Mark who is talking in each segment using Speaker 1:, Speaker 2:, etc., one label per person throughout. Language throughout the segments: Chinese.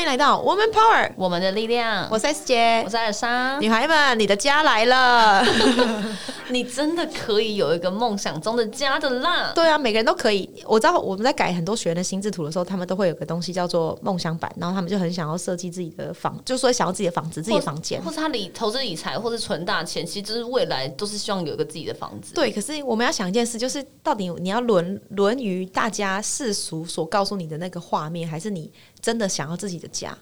Speaker 1: 迎来到 Woman Power，
Speaker 2: 我们的力量。
Speaker 1: 我是 S 姐
Speaker 2: 我，是艾莎，
Speaker 1: 女孩们，你的家来了。
Speaker 2: 你真的可以有一个梦想中的家的啦！
Speaker 1: 对啊，每个人都可以。我知道我们在改很多学员的心智图的时候，他们都会有个东西叫做梦想版，然后他们就很想要设计自己的房，就说想要自己的房子、自己的房间
Speaker 2: 或。是他理投资理财，或是存大钱，其实就是未来都是希望有一个自己的房子。
Speaker 1: 对，可是我们要想一件事，就是到底你要沦沦于大家世俗所告诉你的那个画面，还是你真的想要自己的家？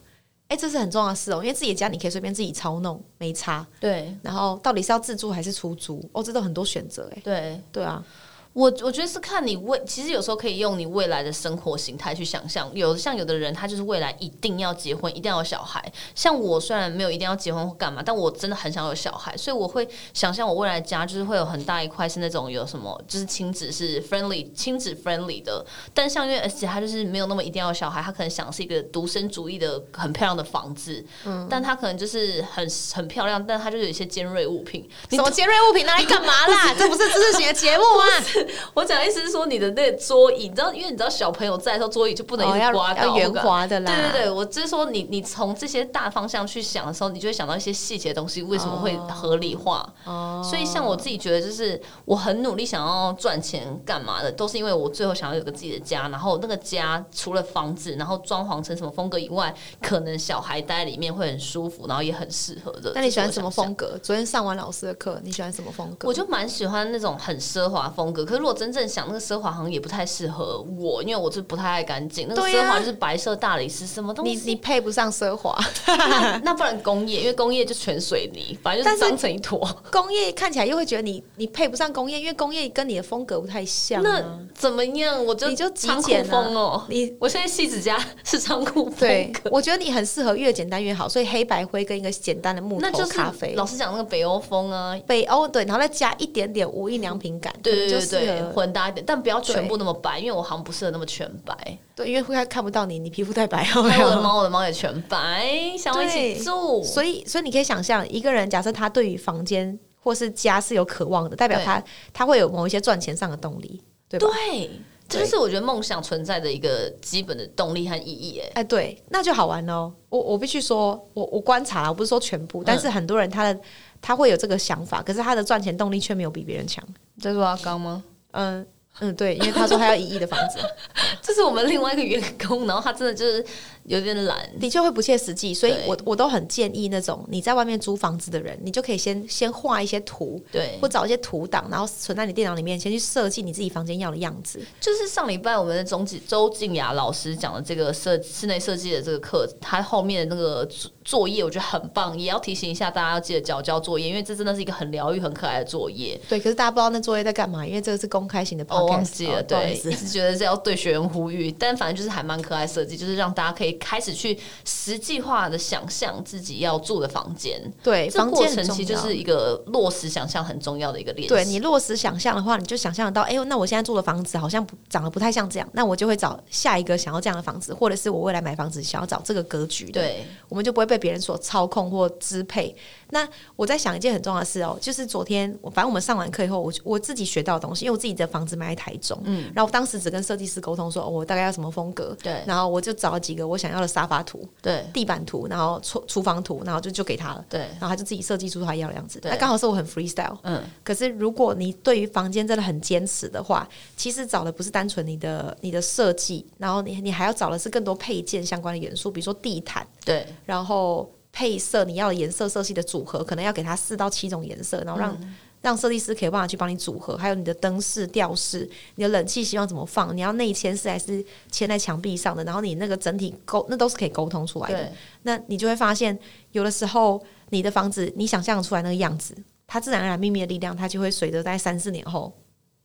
Speaker 1: 哎、这是很重要的事哦，因为自己的家你可以随便自己操弄，没差。
Speaker 2: 对
Speaker 1: 然后到底是要自住还是出租？哦，这都很多选择哎。
Speaker 2: 对，
Speaker 1: 对啊，
Speaker 2: 我我觉得是看你未，其实有时候可以用你未来的生活形态去想象。有像有的人，他就是未来一定要结婚，一定要有小孩。像我虽然没有一定要结婚或干嘛，但我真的很想有小孩，所以我会想象我未来的家就是会有很大一块是那种有什么就是亲子是 friendly 亲子 friendly 的。但像因为而且他就是没有那么一定要有小孩，他可能想是一个独身主义的很漂亮的房子，但他可能就是很很漂亮，但他就有一些尖锐物品。你
Speaker 1: 什么尖锐物品拿来干嘛啦？ 这不是知识型的节目啊！
Speaker 2: 我讲的意思是说，你的那个桌椅，你知道，因为你知道小朋友在的时候，桌椅就不能一
Speaker 1: 哦，
Speaker 2: 直
Speaker 1: 要
Speaker 2: 刮到、
Speaker 1: 要圆。滑的啦。
Speaker 2: 对对对，我就是说你，你从这些大方向去想的时候，你就会想到一些细节的东西为什么会
Speaker 1: 哦
Speaker 2: 合理化。
Speaker 1: 哦，
Speaker 2: 所以，像我自己觉得，就是我很努力想要赚钱干嘛的，都是因为我最后想要有个自己的家。然后那个家除了房子，然后装潢成什么风格以外，可能小孩待在里面会很舒服，然后也很适合的。
Speaker 1: 那你喜欢
Speaker 2: 这是
Speaker 1: 什
Speaker 2: 我
Speaker 1: 么
Speaker 2: 想象
Speaker 1: 风格？昨天上完老师的课，你喜欢什么风格？
Speaker 2: 我就蛮喜欢那种很奢华风格，可是如果真正想那个奢华，好像也不太适合我，因为我就不太爱干净。那个
Speaker 1: 对啊
Speaker 2: 奢华就是白色大理石什么东
Speaker 1: 你
Speaker 2: 西，
Speaker 1: 你配不上奢华，
Speaker 2: 那那不然工业，因为工业就全水泥，反正就
Speaker 1: 但
Speaker 2: 是
Speaker 1: 是
Speaker 2: 脏成一坨。
Speaker 1: 工业看起来又会觉得你你配不上工业，因为工业跟你的风格不太像啊、
Speaker 2: 那怎么样？我就
Speaker 1: 你就极
Speaker 2: 仓库
Speaker 1: 简啊
Speaker 2: 风哦。
Speaker 1: 你
Speaker 2: 我现在戏子家 是仓库风
Speaker 1: 对
Speaker 2: 格，，
Speaker 1: 我觉得你很适合越简单越好，所以黑白灰跟一个简单的木
Speaker 2: 那
Speaker 1: 头
Speaker 2: 就是
Speaker 1: 咖啡
Speaker 2: 老，师讲那个北欧风啊，
Speaker 1: 北欧对，然后再加一点点无印良品感，
Speaker 2: 对对
Speaker 1: 就
Speaker 2: 对
Speaker 1: 适合
Speaker 2: 对，混搭一点，但不要全
Speaker 1: 对
Speaker 2: 部那么白，因为我好像不适合那么全 白。
Speaker 1: 对，因为会看不到你，你皮肤太 白了。
Speaker 2: 还有我的猫，我的猫也全白，想要一起
Speaker 1: 哎对
Speaker 2: 住。
Speaker 1: 所以，所以你可以想象，一个人假设他对于房间或是家是有渴望的，代表
Speaker 2: 对
Speaker 1: 他他会有某一些赚钱上的动力，对吧？
Speaker 2: 对，这就是我觉得梦想存在的一个基本的动力和意义。哎，
Speaker 1: 哎，对，那就好玩哦。我我必须说，我我观察了，我不是说全部，但是很多人他的他会有这个想法，可是他的赚钱动力却没有比别人强。
Speaker 2: 在说阿刚吗？
Speaker 1: 嗯嗯，对，因为他说他要一亿的房 子，
Speaker 2: 这是我们另外一个员工，然后他真的就是有点懒。
Speaker 1: 的确会不切实际，所以
Speaker 2: 对
Speaker 1: 我我都很建议那种你在外面租房子的人，你就可以先先画一些图，
Speaker 2: 对
Speaker 1: 或，找一些图档，然后存在你电脑里面，先去设计你自己房间要的样子。
Speaker 2: 就是上礼拜我们的周静周静雅老师讲的这个设室内设计的这个课，他后面的那个作作业我觉得很棒，也要提醒一下大家要记得交交作业，因为这真的是一个很疗愈、很可爱的作业。
Speaker 1: 对，可是大家不知道那作业在干嘛，因为这个是公开型的 podcast，、
Speaker 2: 哦，忘记了，
Speaker 1: 哦不好
Speaker 2: 对，
Speaker 1: 意思
Speaker 2: 一直觉得是要对学员呼吁，但反正就是还蛮可爱设计，就是让大家可以开始去实际化的想象自己要住的房间。
Speaker 1: 对，
Speaker 2: 这
Speaker 1: 房
Speaker 2: 过
Speaker 1: 间很
Speaker 2: 程
Speaker 1: 重
Speaker 2: 其实就
Speaker 1: 要
Speaker 2: 是一个落实想象很重要的一个练习。
Speaker 1: 对你落实想象的话，你就想象得到，哎、呦，那我现在住的房子好像不长得不太像这样，那我就会找下一个想要这样的房子，或者是我未来买房子想要找这个格局的，
Speaker 2: 对
Speaker 1: 我们就不会被别人所操控或支配。那我在想一件很重要的事哦，就是昨天我反正我们上完课以后，我我自己学到的东西，因为我自己的房子买在台中，嗯，然后我当时只跟设计师沟通说，哦，我大概要什么风格，
Speaker 2: 对
Speaker 1: 然后我就找了几个我想要的沙发图，
Speaker 2: 对
Speaker 1: 地板图，然后厨厨房图，然后就就给他了。
Speaker 2: 对
Speaker 1: 然后他就自己设计出他要的样子。
Speaker 2: 对
Speaker 1: 那刚好是我很 freestyle。
Speaker 2: 嗯，
Speaker 1: 可是如果你对于房间真的很坚持的话，其实找的不是单纯你的你的设计，然后你你还要找的是更多配件相关的元素，比如说地毯，
Speaker 2: 对
Speaker 1: 然后配色你要的颜色色系的组合，可能要给它四到七种颜色，然后让、
Speaker 2: 嗯
Speaker 1: 让设计师可以有办法去帮你组合，还有你的灯饰、吊饰、你的冷气希望怎么放，你要内嵌式还是嵌在墙壁上的，然后你那个整体沟那都是可以沟通出来的。
Speaker 2: 对
Speaker 1: 那你就会发现，有的时候你的房子你想象出来那个样子，它自然而然秘密的力量，它就会随着在三四年后，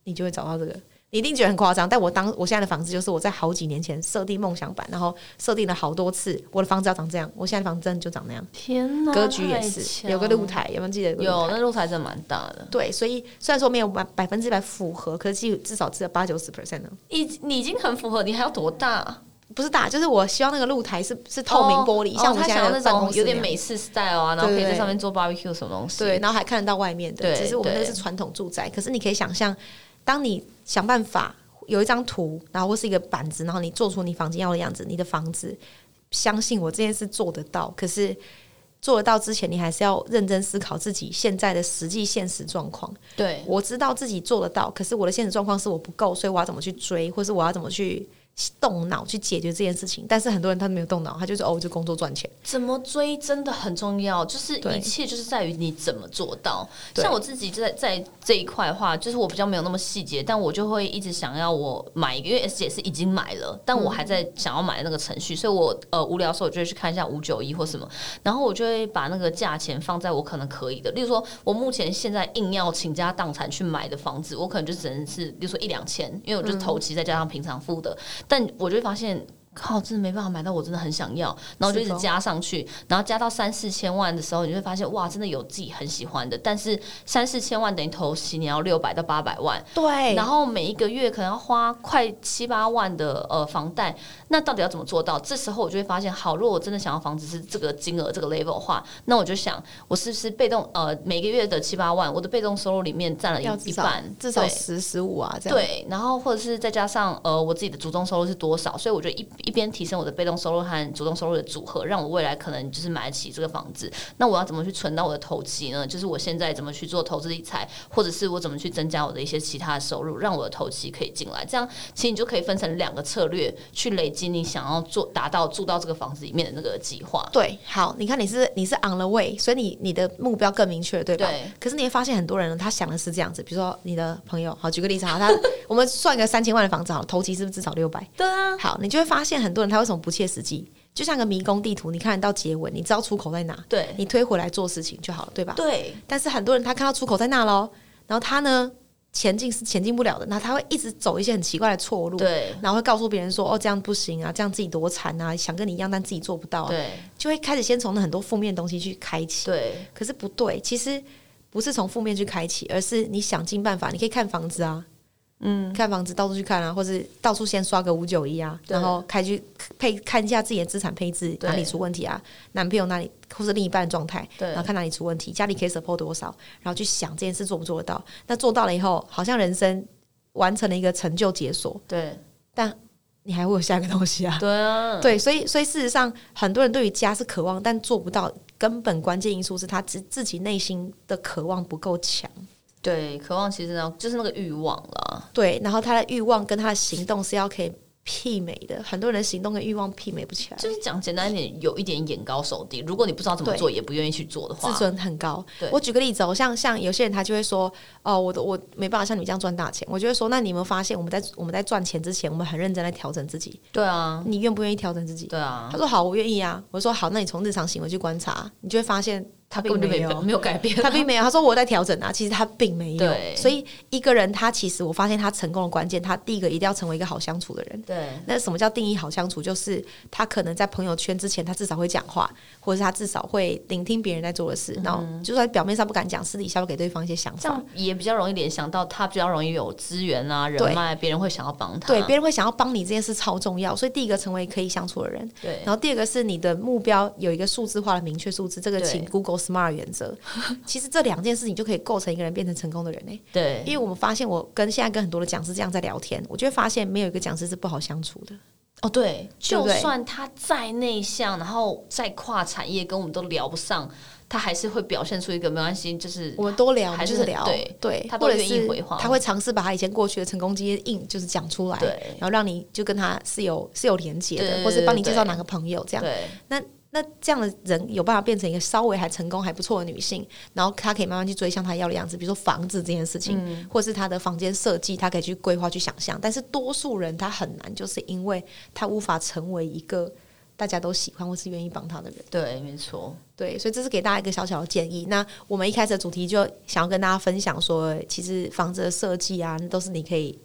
Speaker 1: 你就会找到这个。你一定觉得很夸张，但我当我现在的房子就是我在好几年前设定梦想版，然后设定了好多次，我的房子要长这样，我现在的房子真的就长那样，
Speaker 2: 天哪，
Speaker 1: 格局也
Speaker 2: 太
Speaker 1: 是
Speaker 2: 强
Speaker 1: 有个露，台，有没有记得有个露
Speaker 2: 有
Speaker 1: 台？
Speaker 2: 那露台真的蛮大的。
Speaker 1: 对，所以虽然说没有百百分之百符合，可是至至少至少八九十 percent 呢，
Speaker 2: 已你已经很符合，你还要多大？
Speaker 1: 不是大，就是我希望那个露台是是透明玻璃，
Speaker 2: 哦
Speaker 1: 像
Speaker 2: 哦
Speaker 1: 我
Speaker 2: 他
Speaker 1: 现
Speaker 2: 想
Speaker 1: 在
Speaker 2: 要
Speaker 1: 的
Speaker 2: 那
Speaker 1: 办公
Speaker 2: 种
Speaker 1: 室
Speaker 2: 有
Speaker 1: 那
Speaker 2: 点
Speaker 1: 样
Speaker 2: 美式 style 啊，然后可以在
Speaker 1: 对
Speaker 2: 上面做 barbecue 什么东西。
Speaker 1: 对，然后还看得到外面的，
Speaker 2: 对
Speaker 1: 只是我们那
Speaker 2: 对
Speaker 1: 个是传统住宅。可是你可以想象，当你想办法有一张图，然后或是一个板子，然后你做出你房间要的样子，你的房子相信我这件事做得到，可是做得到之前，你还是要认真思考自己现在的实际现实状况。
Speaker 2: 对，
Speaker 1: 我知道自己做得到，可是我的现实状况是我不够，所以我要怎么去追，或是我要怎么去动脑去解决这件事情。但是很多人他没有动脑，他就是哦，我就工作赚钱。
Speaker 2: 怎么追真的很重要，就是
Speaker 1: 对
Speaker 2: 一切就是在于你怎么做到。
Speaker 1: 对
Speaker 2: 像我自己在在这一块的话，就是我比较没有那么细节，但我就会一直想要我买一个，因为 S 姐是已经买了，但我还在想要买那个程序，所以我呃无聊的时候我就会去看一下五九一或什么，然后我就会把那个价钱放在我可能可以的，例如说我目前现在硬要倾家荡产去买的房子，我可能就只能是，比如说一两千，因为
Speaker 1: 嗯
Speaker 2: 我就是头期再加上平常付的，但我就会发现。靠，真的没办法买到我真的很想要，然后就一
Speaker 1: 是
Speaker 2: 直
Speaker 1: 的
Speaker 2: 加上去，然后加到三四千万的时候，你就会发现哇，真的有自己很喜欢的，但是三四千万等于头期你要六百到八百万，
Speaker 1: 对
Speaker 2: 然后每一个月可能要花快七八万的呃房贷，那到底要怎么做到？这时候我就会发现，好，如果我真的想要房子是这个金额这个 level 的话，那我就想，我是不是被动呃每个月的七八万，我的被动收入里面占了
Speaker 1: 要
Speaker 2: 一
Speaker 1: 至
Speaker 2: 一
Speaker 1: 少
Speaker 2: 半，
Speaker 1: 至少
Speaker 2: 对
Speaker 1: 十十五啊，这样
Speaker 2: 对，然后或者是再加上呃我自己的主动收入是多少，所以我就一一边提升我的被动收入和主动收入的组合，让我未来可能就是买得起这个房子。那我要怎么去存到我的头期呢？就是我现在怎么去做投资理财，或者是我怎么去增加我的一些其他的收入，让我的头期可以进来。这样其实你就可以分成两个策略去累积你想要做达到住到这个房子里面的那个计划。
Speaker 1: 对，好，你看你是你是 on the way，所以你你的目标更明确，对吧？
Speaker 2: 对
Speaker 1: 可是你会发现很多人呢，他想的是这样子，比如说你的朋友，好，举个例子，好，他我们算一个三千万的房子，好了，头期是不是至少六百？
Speaker 2: 对啊，
Speaker 1: 好，你就会发现很多人他为什么不切实际？就像个迷宫地图，你看得到结尾，你知道出口在哪，
Speaker 2: 对
Speaker 1: 你推回来做事情就好了，对吧？
Speaker 2: 对
Speaker 1: 但是很多人他看到出口在那喽，然后他呢前进是前进不了的，那他会一直走一些很奇怪的错路，
Speaker 2: 对
Speaker 1: 然后会告诉别人说哦这样不行啊，这样自己多惨啊，想跟你一样但自己做不到啊，
Speaker 2: 对
Speaker 1: 就会开始先从那很多负面的东西去开启。
Speaker 2: 对
Speaker 1: 可是不对，其实不是从负面去开启，而是你想尽办法，你可以看房子啊，嗯，看房子到处去看啊，或者到处先刷个五九一啊，
Speaker 2: 对
Speaker 1: 然后开去配看一下自己的资产配置
Speaker 2: 对
Speaker 1: 哪里出问题啊，男朋友哪里或者另一半的状态，
Speaker 2: 对
Speaker 1: 然后看哪里出问题，家里可以 support 多少，然后去想这件事做不做得到。那做到了以后，好像人生完成了一个成就解锁，
Speaker 2: 对
Speaker 1: 你还会有下一个东西啊。
Speaker 2: 对啊，
Speaker 1: 对，所以所以事实上，很多人对于家是渴望，但做不到。根本关键因素是他自自己内心的渴望不够强，
Speaker 2: 对，渴望其实呢就是那个欲望啦。
Speaker 1: 对，然后他的欲望跟他的行动是要可以媲美的。很多人的行动跟欲望媲美不起来，
Speaker 2: 就是讲简单一点，有一点眼高手低。如果你不知道怎么
Speaker 1: 对
Speaker 2: 做，也不愿意去做的话，
Speaker 1: 自尊很高
Speaker 2: 对。
Speaker 1: 我举个例子哦，像像有些人他就会说，哦，我的我没办法像你们这样赚大钱。我就会说，那你有没有发现我们在我们在赚钱之前，我们很认真在调整自己，
Speaker 2: 对啊，
Speaker 1: 你愿不愿意调整自己？
Speaker 2: 对啊，
Speaker 1: 他说好，我愿意啊。我说好，那你从日常行为去观察，你就会发现他
Speaker 2: 根
Speaker 1: 并
Speaker 2: 本就
Speaker 1: 没
Speaker 2: 没
Speaker 1: 有
Speaker 2: 没有改变，
Speaker 1: 他并没有，他说我在调整啊，其实他并没有
Speaker 2: 对。
Speaker 1: 所以一个人他其实我发现他成功的关键，他第一个一定要成为一个好相处的人。
Speaker 2: 对
Speaker 1: 那什么叫定义好相处？就是他可能在朋友圈之前，他至少会讲话，或者是他至少会聆听别人在做的事，然后就算表面上不敢讲，私底下会给对方一些想
Speaker 2: 嗯这
Speaker 1: 法
Speaker 2: 样。也比较容易联想到他比较容易有资源啊、人脉，别人会想要帮他。
Speaker 1: 对，别人会想要帮你这件事超重要，所以第一个成为可以相处的人，
Speaker 2: 对
Speaker 1: 然后第二个是你的目标有一个数字化的明确数字，这个
Speaker 2: 对
Speaker 1: 请 Google Smart 原则。其实这两件事情就可以构成一个人变成成功的人欸呢、
Speaker 2: 对
Speaker 1: 因为我们发现，我跟现在跟很多的讲师这样在聊天，我就会发现没有一个讲师是不好相处的。
Speaker 2: 哦对，
Speaker 1: 对不
Speaker 2: 就
Speaker 1: 对
Speaker 2: 算他再内向，然后再跨产业，跟我们都聊不上，他还是会表现出一个没关系，就是
Speaker 1: 我们多聊，
Speaker 2: 还
Speaker 1: 还
Speaker 2: 是
Speaker 1: 是聊，
Speaker 2: 对
Speaker 1: 对，
Speaker 2: 他都
Speaker 1: 或者
Speaker 2: 愿意
Speaker 1: 是
Speaker 2: 回话
Speaker 1: 他会尝试把他以前过去的成功经验硬就是讲出来，
Speaker 2: 对
Speaker 1: 然后让你就跟他是有是有连接
Speaker 2: 对对
Speaker 1: 的，或是帮你
Speaker 2: 对
Speaker 1: 介绍哪个朋友这样。
Speaker 2: 对
Speaker 1: 那那这样的人有办法变成一个稍微还成功还不错的女性，然后她可以慢慢去追向她要的样子，比如说房子这件事情，或是她的房间设计，她可以去规划去想象。但是多数人他很难，就是因为他无法成为一个大家都喜欢或是愿意帮他的人。
Speaker 2: 对，没错，
Speaker 1: 对，所以这是给大家一个小小的建议。那我们一开始的主题就想要跟大家分享说，其实房子的设计啊，都是你可以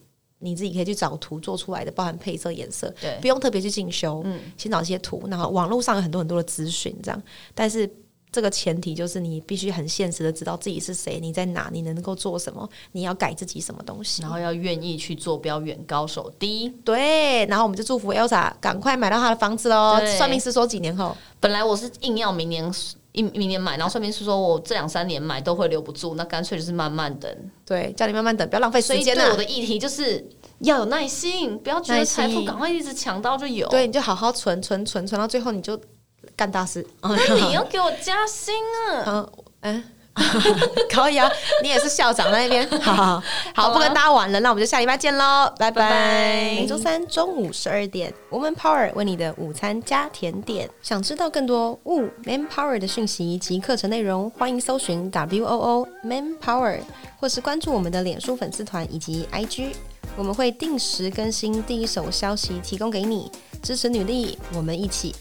Speaker 1: 你自己可以去找图做出来的，包含配色、颜色，
Speaker 2: 对
Speaker 1: 不用特别去进修，嗯，先找一些图，然后网络上有很多很多的资讯，这样。但是这个前提就是你必须很现实的知道自己是谁，你在哪，你能够做什么，你要改自己什么东西
Speaker 2: 然。后要愿意去做，不要远高手低。
Speaker 1: 对，然后我们就祝福 Elsa 赶快买到她的房子喽
Speaker 2: 对。
Speaker 1: 算命师说几年后？
Speaker 2: 本来我是硬要明年一明年买，然后算命是说我这两三年买都会留不住，那干脆就是慢慢等。
Speaker 1: 对，叫你慢慢等，不要浪费
Speaker 2: 所
Speaker 1: 时
Speaker 2: 以
Speaker 1: 间
Speaker 2: 对我
Speaker 1: 啊。
Speaker 2: 的议题就是要有耐心，不要觉得
Speaker 1: 耐心
Speaker 2: 财富赶快一直抢到就有。
Speaker 1: 对，你就啊好好存存存存到最后，你就干大事。
Speaker 2: 那你要给我加薪啊！
Speaker 1: 嗯，嗯， 可以啊，你也是校长在那边， 好好好
Speaker 2: 好啊
Speaker 1: 不跟大家玩了，那我们就下礼拜见喽，拜
Speaker 2: 拜拜
Speaker 1: 每周三中午十二点，Woman Power 为你的午餐加甜点。想知道更多 Wo Man Power 的讯息及课程内容，欢迎搜寻 W O O Man Power，或是关注我们的脸书粉丝团以及 IG。我们会定时更新第一手消息，提供给你支持女力，我们一起